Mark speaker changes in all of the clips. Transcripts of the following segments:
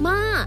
Speaker 1: 妈，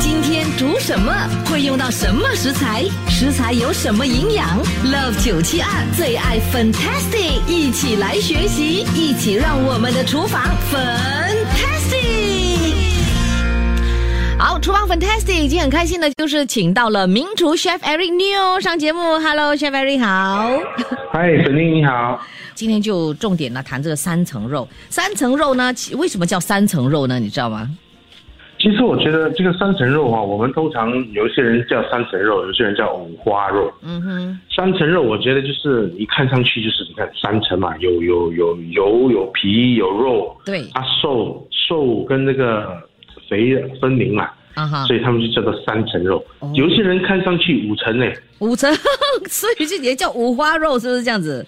Speaker 2: 今天煮什么？会用到什么食材？食材有什么营养？Love 九七二最爱 Fantastic，一起来学习，一起让我们的厨房 Fantastic。
Speaker 3: 好，厨房 Fantastic 已经很开心的，就是请到了名厨 Chef Eric New 上节目。Hello，Chef Eric 好。
Speaker 4: 嗨，沈丽你好。
Speaker 3: 今天就重点呢谈这个三层肉。三层肉呢，为什么叫三层肉呢？你知道吗？
Speaker 4: 其实我觉得这个三层肉啊，我们通常有一些人叫三层肉，有些人叫五花肉。嗯哼，三层肉我觉得就是一看上去就是你看三层嘛，有有有油有皮有肉，
Speaker 3: 对，
Speaker 2: 啊
Speaker 4: 它瘦瘦跟那个肥分明嘛，
Speaker 3: 啊哈，
Speaker 4: 所以他们就叫做三层肉。哦、有些人看上去五层呢，
Speaker 3: 五层，所以就也叫五花肉，是不是这样子？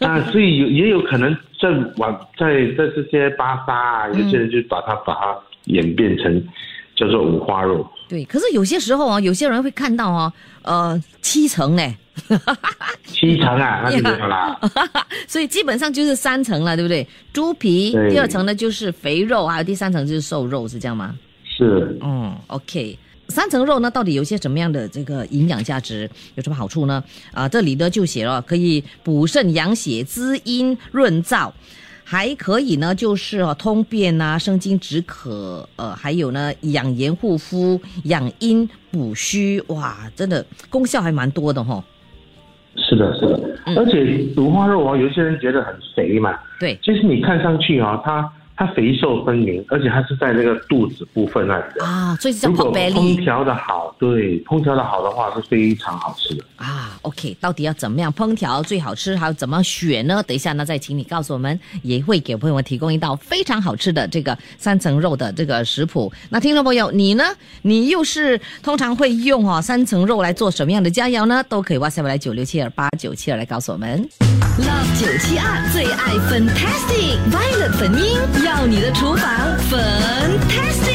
Speaker 4: 啊，所以有也有可能在往在在这些巴沙啊，有些人就把它、嗯、把它。演变成叫做五花肉，
Speaker 3: 对。可是有些时候啊、哦，有些人会看到啊、哦，呃，七层呢，
Speaker 4: 七层 啊，那就没有啦。
Speaker 3: 所以基本上就是三层了，对不对？猪皮，第二层呢就是肥肉，还有第三层就是瘦肉，是这样吗？
Speaker 4: 是。
Speaker 3: 嗯，OK。三层肉呢，到底有些什么样的这个营养价值，有什么好处呢？啊、呃，这里呢就写了，可以补肾养血、滋阴润燥。还可以呢，就是哦，通便啊，生津止渴，呃，还有呢，养颜护肤、养阴补虚，哇，真的功效还蛮多的哈、哦。
Speaker 4: 是的，是的，嗯、而且五花肉啊、哦，有些人觉得很肥嘛，
Speaker 3: 对，
Speaker 4: 其实你看上去啊、哦，它它肥瘦分明，而且它是在那个肚子部分那里的
Speaker 3: 啊，所以叫
Speaker 4: 如果烹调的好，对，烹调的好的话是非常好吃的
Speaker 3: 啊。OK，到底要怎么样烹调最好吃，还有怎么选呢？等一下呢，再请你告诉我们，也会给朋友们提供一道非常好吃的这个三层肉的这个食谱。那听众朋友，你呢？你又是通常会用哦三层肉来做什么样的佳肴呢？都可以哇塞来九六七二八九七二来告诉我们。
Speaker 2: Love 九七二最爱 Fantastic Violet 粉音，要你的厨房 Fantastic。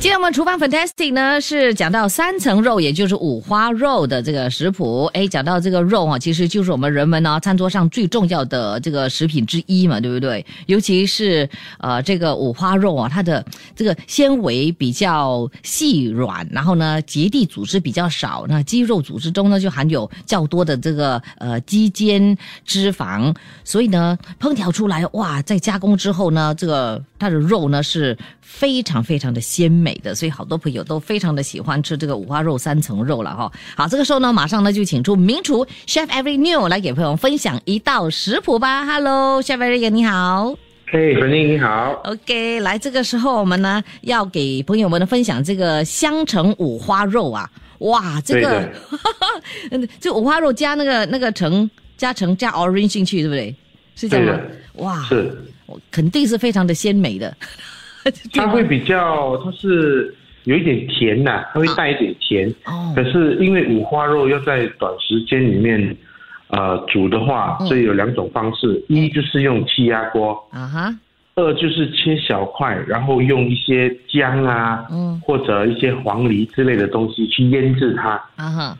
Speaker 3: 今天我们厨房 Fantastic 呢是讲到三层肉，也就是五花肉的这个食谱。哎，讲到这个肉啊，其实就是我们人们呢、啊、餐桌上最重要的这个食品之一嘛，对不对？尤其是呃这个五花肉啊，它的这个纤维比较细软，然后呢结缔组织比较少，那肌肉组织中呢就含有较多的这个呃肌间脂肪，所以呢烹调出来哇，在加工之后呢，这个它的肉呢是非常非常的鲜美。美的，所以好多朋友都非常的喜欢吃这个五花肉、三层肉了哈、哦。好，这个时候呢，马上呢就请出名厨 Chef Every New 来给朋友们分享一道食谱吧。Hello，Chef Every 你好。
Speaker 4: 嘿，粉玲你好。
Speaker 3: OK，来这个时候我们呢要给朋友们分享这个香橙五花肉啊，哇，这个， 就五花肉加那个那个橙加橙加 orange 进去，对不对？是这样吗？哇，
Speaker 4: 是，
Speaker 3: 肯定是非常的鲜美的。
Speaker 4: 它 会比较，它是有一点甜呐、啊，它会带一点甜。哦。可是因为五花肉要在短时间里面，呃，煮的话，所以有两种方式，嗯、一就是用气压锅。
Speaker 3: 啊哈。
Speaker 4: 二就是切小块，然后用一些姜啊，嗯，或者一些黄梨之类的东西去腌制它。
Speaker 3: 啊哈。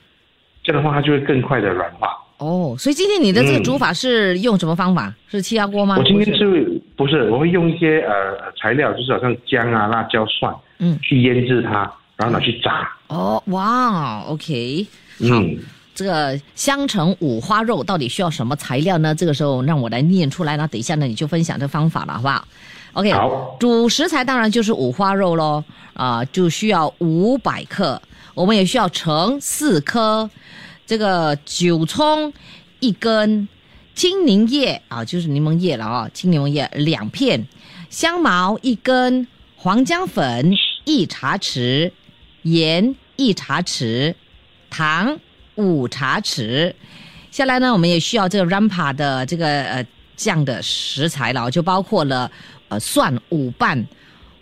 Speaker 4: 这样的话，它就会更快的软化。
Speaker 3: 哦，所以今天你的这个煮法是用什么方法？嗯、是气压锅吗？
Speaker 4: 嗯我今天是不是我会用一些呃材料，就是好像姜啊、辣椒、蒜，嗯，去腌制它，然后拿去炸。
Speaker 3: 哦，哇，OK，好，嗯、这个香橙五花肉到底需要什么材料呢？这个时候让我来念出来，然后等一下呢你就分享这方法了，好不好？OK，
Speaker 4: 好，
Speaker 3: 主食材当然就是五花肉喽，啊、呃，就需要五百克，我们也需要橙四颗。这个韭葱一根，青柠叶啊，就是柠檬叶了啊、哦，青柠檬叶两片，香茅一根，黄姜粉一茶匙，盐一茶匙，糖五茶匙。下来呢，我们也需要这个 rampa 的这个呃酱的食材了，就包括了呃蒜五瓣，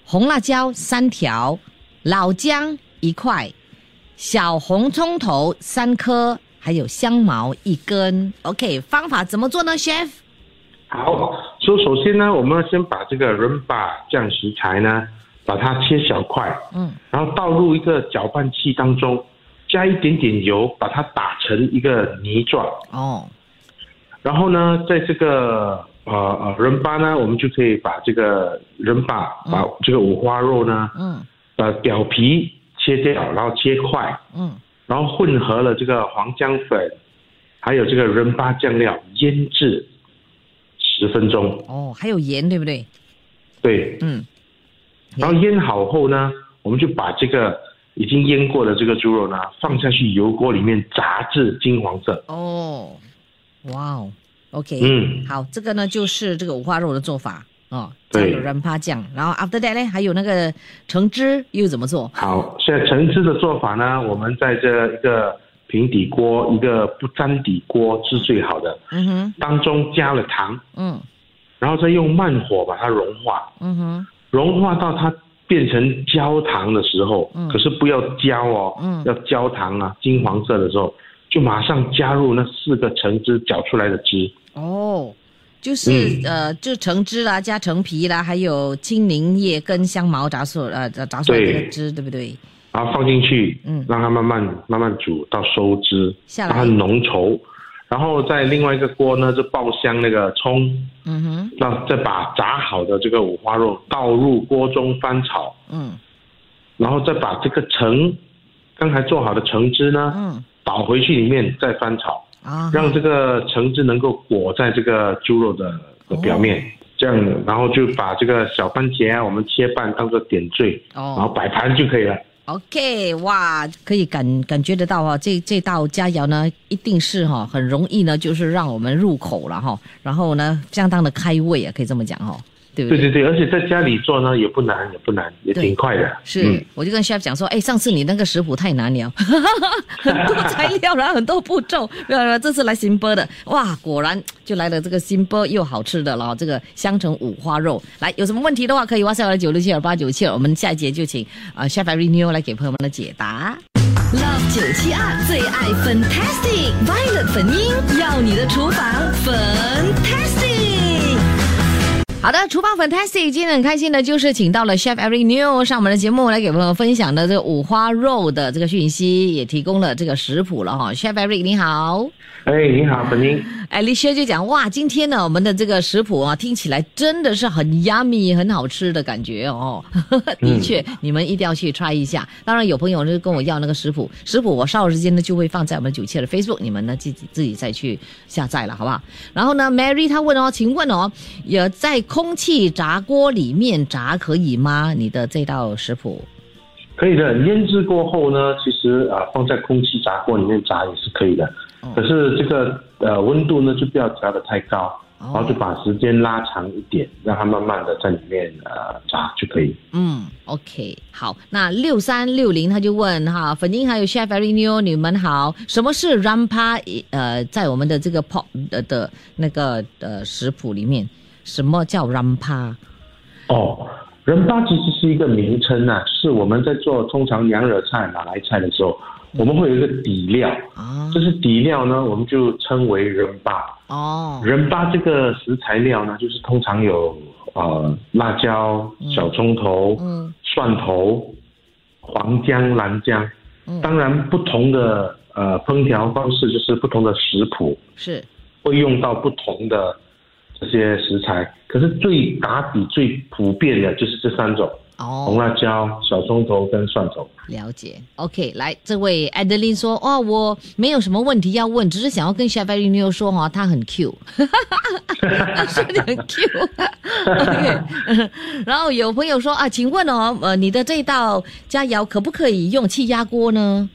Speaker 3: 红辣椒三条，老姜一块，小红葱头三颗，还有香茅一根。OK，方法怎么做呢，Chef？
Speaker 4: 好，所以首先呢，我们先把这个人把酱食材呢，把它切小块，
Speaker 3: 嗯，
Speaker 4: 然后倒入一个搅拌器当中，加一点点油，把它打成一个泥状。
Speaker 3: 哦，
Speaker 4: 然后呢，在这个呃呃人巴呢，我们就可以把这个人巴把这个五花肉呢，
Speaker 3: 嗯
Speaker 4: 把表皮切掉，然后切块，
Speaker 3: 嗯，
Speaker 4: 然后混合了这个黄姜粉，还有这个人巴酱料腌制十分钟。
Speaker 3: 哦，还有盐对不对？
Speaker 4: 对，
Speaker 3: 嗯
Speaker 4: 然后腌好后呢，我们就把这个已经腌过的这个猪肉呢，放下去油锅里面炸至金黄色。
Speaker 3: 哦，哇哦，OK，
Speaker 4: 嗯
Speaker 3: 好，这个呢就是这个五花肉的做法哦，加
Speaker 4: 对
Speaker 3: 有人帕酱，然后 after that 呢还有那个橙汁又怎么做？
Speaker 4: 好，现在橙汁的做法呢，我们在这一个平底锅、一个不粘底锅是最好的，
Speaker 3: 嗯哼，
Speaker 4: 当中加了糖，
Speaker 3: 嗯
Speaker 4: 然后再用慢火把它融化，
Speaker 3: 嗯哼，
Speaker 4: 融化到它变成焦糖的时候，
Speaker 3: 嗯
Speaker 4: 可是不要焦哦，
Speaker 3: 嗯
Speaker 4: 要焦糖啊，金黄色的时候，就马上加入那四个橙汁搅出来的汁。
Speaker 3: 哦，就是、
Speaker 4: 嗯
Speaker 3: 呃，就橙汁啦，加橙皮啦，还有青柠叶跟香茅炸碎呃炸碎
Speaker 4: 对
Speaker 3: 这个汁，对不对？
Speaker 4: 然后放进去，
Speaker 3: 嗯
Speaker 4: 让它慢慢慢慢煮到收汁，
Speaker 3: 下
Speaker 4: 让
Speaker 3: 来
Speaker 4: 它浓稠，然后在另外一个锅呢，就爆香那个葱，
Speaker 3: 嗯哼，
Speaker 4: 那再把炸好的这个五花肉倒入锅中翻炒，
Speaker 3: 嗯
Speaker 4: 然后再把这个橙，刚才做好的橙汁呢，
Speaker 3: 嗯
Speaker 4: 倒回去里面再翻炒，
Speaker 3: 啊，
Speaker 4: 让这个橙汁能够裹在这个猪肉的的表面。
Speaker 3: 哦
Speaker 4: 这样，然后就把这个小番茄啊，我们切半当做点缀，然后
Speaker 3: 哦
Speaker 4: 摆盘就可以了。
Speaker 3: ，OK，哇，可以感感觉得到哦，这这道佳肴呢，一定是哈、哦、很容易呢，就是让我们入口了哈、然后呢，相当的开胃啊，可以这么讲哦，对不
Speaker 4: 对对对，而且在家里做呢也不难，也不难，也
Speaker 3: 对
Speaker 4: 挺快的。嗯
Speaker 3: 是，我就跟 chef 讲说，哎，上次你那个食谱太难了， 很多材料，然后很多步骤，没有没有，这次来新波的，哇，果然就来了这个新波又好吃的了，这个香橙五花肉。来，有什么问题的话，可以哇塞来九六七二八九七，我们下一节就请啊、呃 chef Renew 来给朋友们的解答。
Speaker 2: Love 九七二最爱 Fantastic Violet 粉英，要你的厨房 Fantastic。
Speaker 3: 好的，厨房 Fantastic 今天很开心的，就是请到了 Chef Eric New 上我们的节目来给朋友分享的这个五花肉的这个讯息，也提供了这个食谱了哈、Chef Eric 你好。
Speaker 4: 哎，你好，本英。
Speaker 3: 艾哎丽莎就讲哇，今天呢，我们的这个食谱啊，听起来真的是很 yummy，很好吃的感觉哦。 的确，你们一定要去 try 一下。当然，有朋友就跟我要那个食谱，食谱我稍后时间呢就会放在我们九七的 Facebook，你们呢自己自己再去下载了，好不好？然后呢，Mary 她问哦，请问哦，也在空气炸锅里面炸可以吗？你的这道食谱
Speaker 4: 可以的，腌制过后呢，其实啊、呃放在空气炸锅里面炸也是可以的，
Speaker 3: 哦
Speaker 4: 可是这个呃温度呢就不要调得太高，
Speaker 3: 哦
Speaker 4: 然后就把时间拉长一点，让它慢慢的在里面呃炸就可以。
Speaker 3: 嗯，OK，好，那六三六零他就问哈，粉英还有 Chef e r i n o 你们好，什么是 Rampa？呃，在我们的这个 pop 呃的那个呃食谱里面，什么叫 Rampa？
Speaker 4: 哦，人巴其实是一个名称啊，是我们在做通常娘惹菜、马来菜的时候，我们会有一个底料，
Speaker 3: 啊
Speaker 4: 这，是底料呢，我们就称为人巴。
Speaker 3: 哦，
Speaker 4: 人巴这个食材料呢，就是通常有呃辣椒、小葱头、
Speaker 3: 嗯
Speaker 4: 蒜头、黄姜、蓝姜。
Speaker 3: 嗯
Speaker 4: 当然，不同的呃烹调方式就是不同的食谱
Speaker 3: 是，
Speaker 4: 会用到不同的这些食材。可是最打底、最普遍的就是这三种：
Speaker 3: 哦，
Speaker 4: 红辣椒、小葱头跟蒜头。
Speaker 3: 了解，OK，来，这位 Adeline 说，哦，我没有什么问题要问，只是想要跟 Chef e r i n o 说哈、哦，他很 Q，他 说你很 Q。OK，然后有朋友说啊，请问哦，呃，你的这道佳肴可不可以用气压锅呢？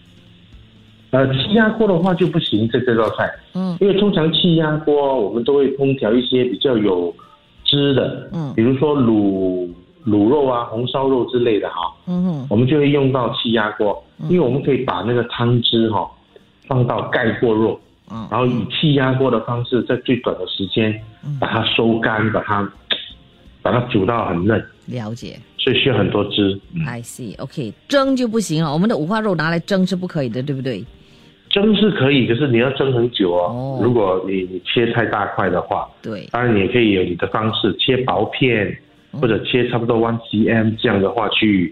Speaker 4: 呃，气压锅的话就不行，这这道菜，
Speaker 3: 嗯
Speaker 4: 因为通常气压锅我们都会烹调一些比较有汁的，
Speaker 3: 嗯
Speaker 4: 比如说卤卤肉啊、红烧肉之类的哈，
Speaker 3: 嗯哼，
Speaker 4: 我们就会用到气压锅，因为我们可以把那个汤汁哈、放到盖过肉，
Speaker 3: 嗯
Speaker 4: 然后以气压锅的方式，在最短的
Speaker 3: 嗯
Speaker 4: 时间把它收干，把它把它煮到很嫩，
Speaker 3: 了解。
Speaker 4: 所以需要很多汁。嗯，
Speaker 3: I see，OK，、蒸就不行了。哦我们的五花肉拿来蒸是不可以的，对不对？
Speaker 4: 蒸是可以，可是你要蒸很久哦。
Speaker 3: 哦
Speaker 4: 如果你你切太大块的话，
Speaker 3: 对，
Speaker 4: 当然你也可以有你的方式，切薄片
Speaker 3: 嗯
Speaker 4: 或者切差不多 one cm 这样的话去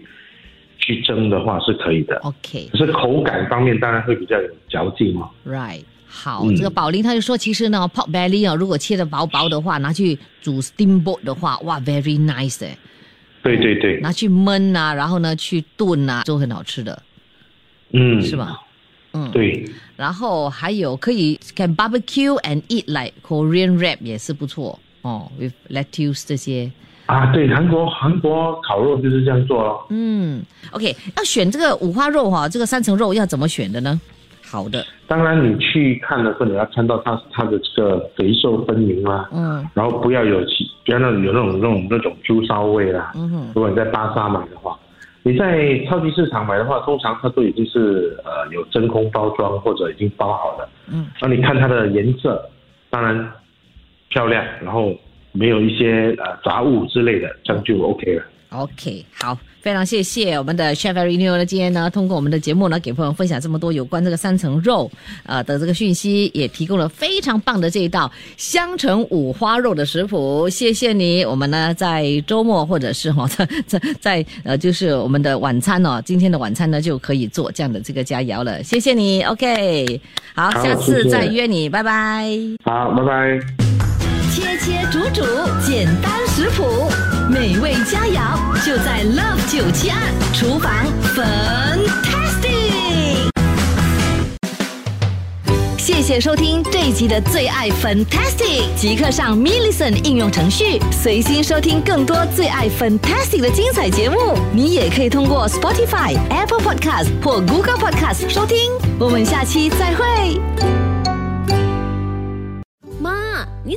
Speaker 4: 去蒸的话是可以的。
Speaker 3: OK，
Speaker 4: 可是口感方面当然会比较有嚼劲哦。
Speaker 3: Right，好，
Speaker 4: 嗯
Speaker 3: 这个宝林他就说，其实呢，pork belly 啊，如果切的薄薄的话，拿去煮 steamboat 的话，哇，very nice 哎，
Speaker 4: 对对对，
Speaker 3: 拿去焖啊，然后呢去炖啊，都很好吃的，
Speaker 4: 嗯，
Speaker 3: 是？吧？嗯，。
Speaker 4: 对，
Speaker 3: 然后还有可以 can barbecue and eat like Korean wrap 也是不错哦，with lettuce 这些。
Speaker 4: 啊，对，韩国韩国烤肉就是这样做咯。
Speaker 3: 嗯，OK，要选这个五花肉哈、这个三层肉要怎么选的呢？好的，
Speaker 4: 当然，你去看的时候，你要看到它它的这个肥瘦分明啦、
Speaker 3: 嗯
Speaker 4: 然后不要有其不要那种有那种那种那种猪骚味啦、
Speaker 3: 嗯哼，
Speaker 4: 如果你在巴沙买的话，你在超级市场买的话，通常它都已经是呃有真空包装或者已经包好了。
Speaker 3: 嗯，
Speaker 4: 那你看它的颜色，当然漂亮，然后没有一些呃杂物之类的，这样就 OK 了。
Speaker 3: OK，好，非常谢谢我们的 Chef e r i n o 呢，今天呢通过我们的节目呢，给朋友分享这么多有关这个三层肉呃的这个讯息，也提供了非常棒的这一道香橙五花肉的食谱，谢谢你。我们呢在周末或者是哈、在在在呃就是我们的晚餐哦，今天的晚餐呢就可以做这样的这个佳肴了，谢谢你。OK，好，
Speaker 4: 好
Speaker 3: 下次
Speaker 4: 谢谢
Speaker 3: 再约你，拜拜。
Speaker 4: 好，拜拜。
Speaker 2: 切切煮煮，简单食谱，美味佳肴就在 Love 九七二厨房 Fantastic。谢谢收听这一集的最爱 Fantastic，即刻上 m i l l i c e n t 应用程序，随心收听更多最爱 Fantastic 的精彩节目。你也可以通过 Spotify、Apple Podcast 或 Google Podcast 收听。我们下期再会。
Speaker 1: 妈，你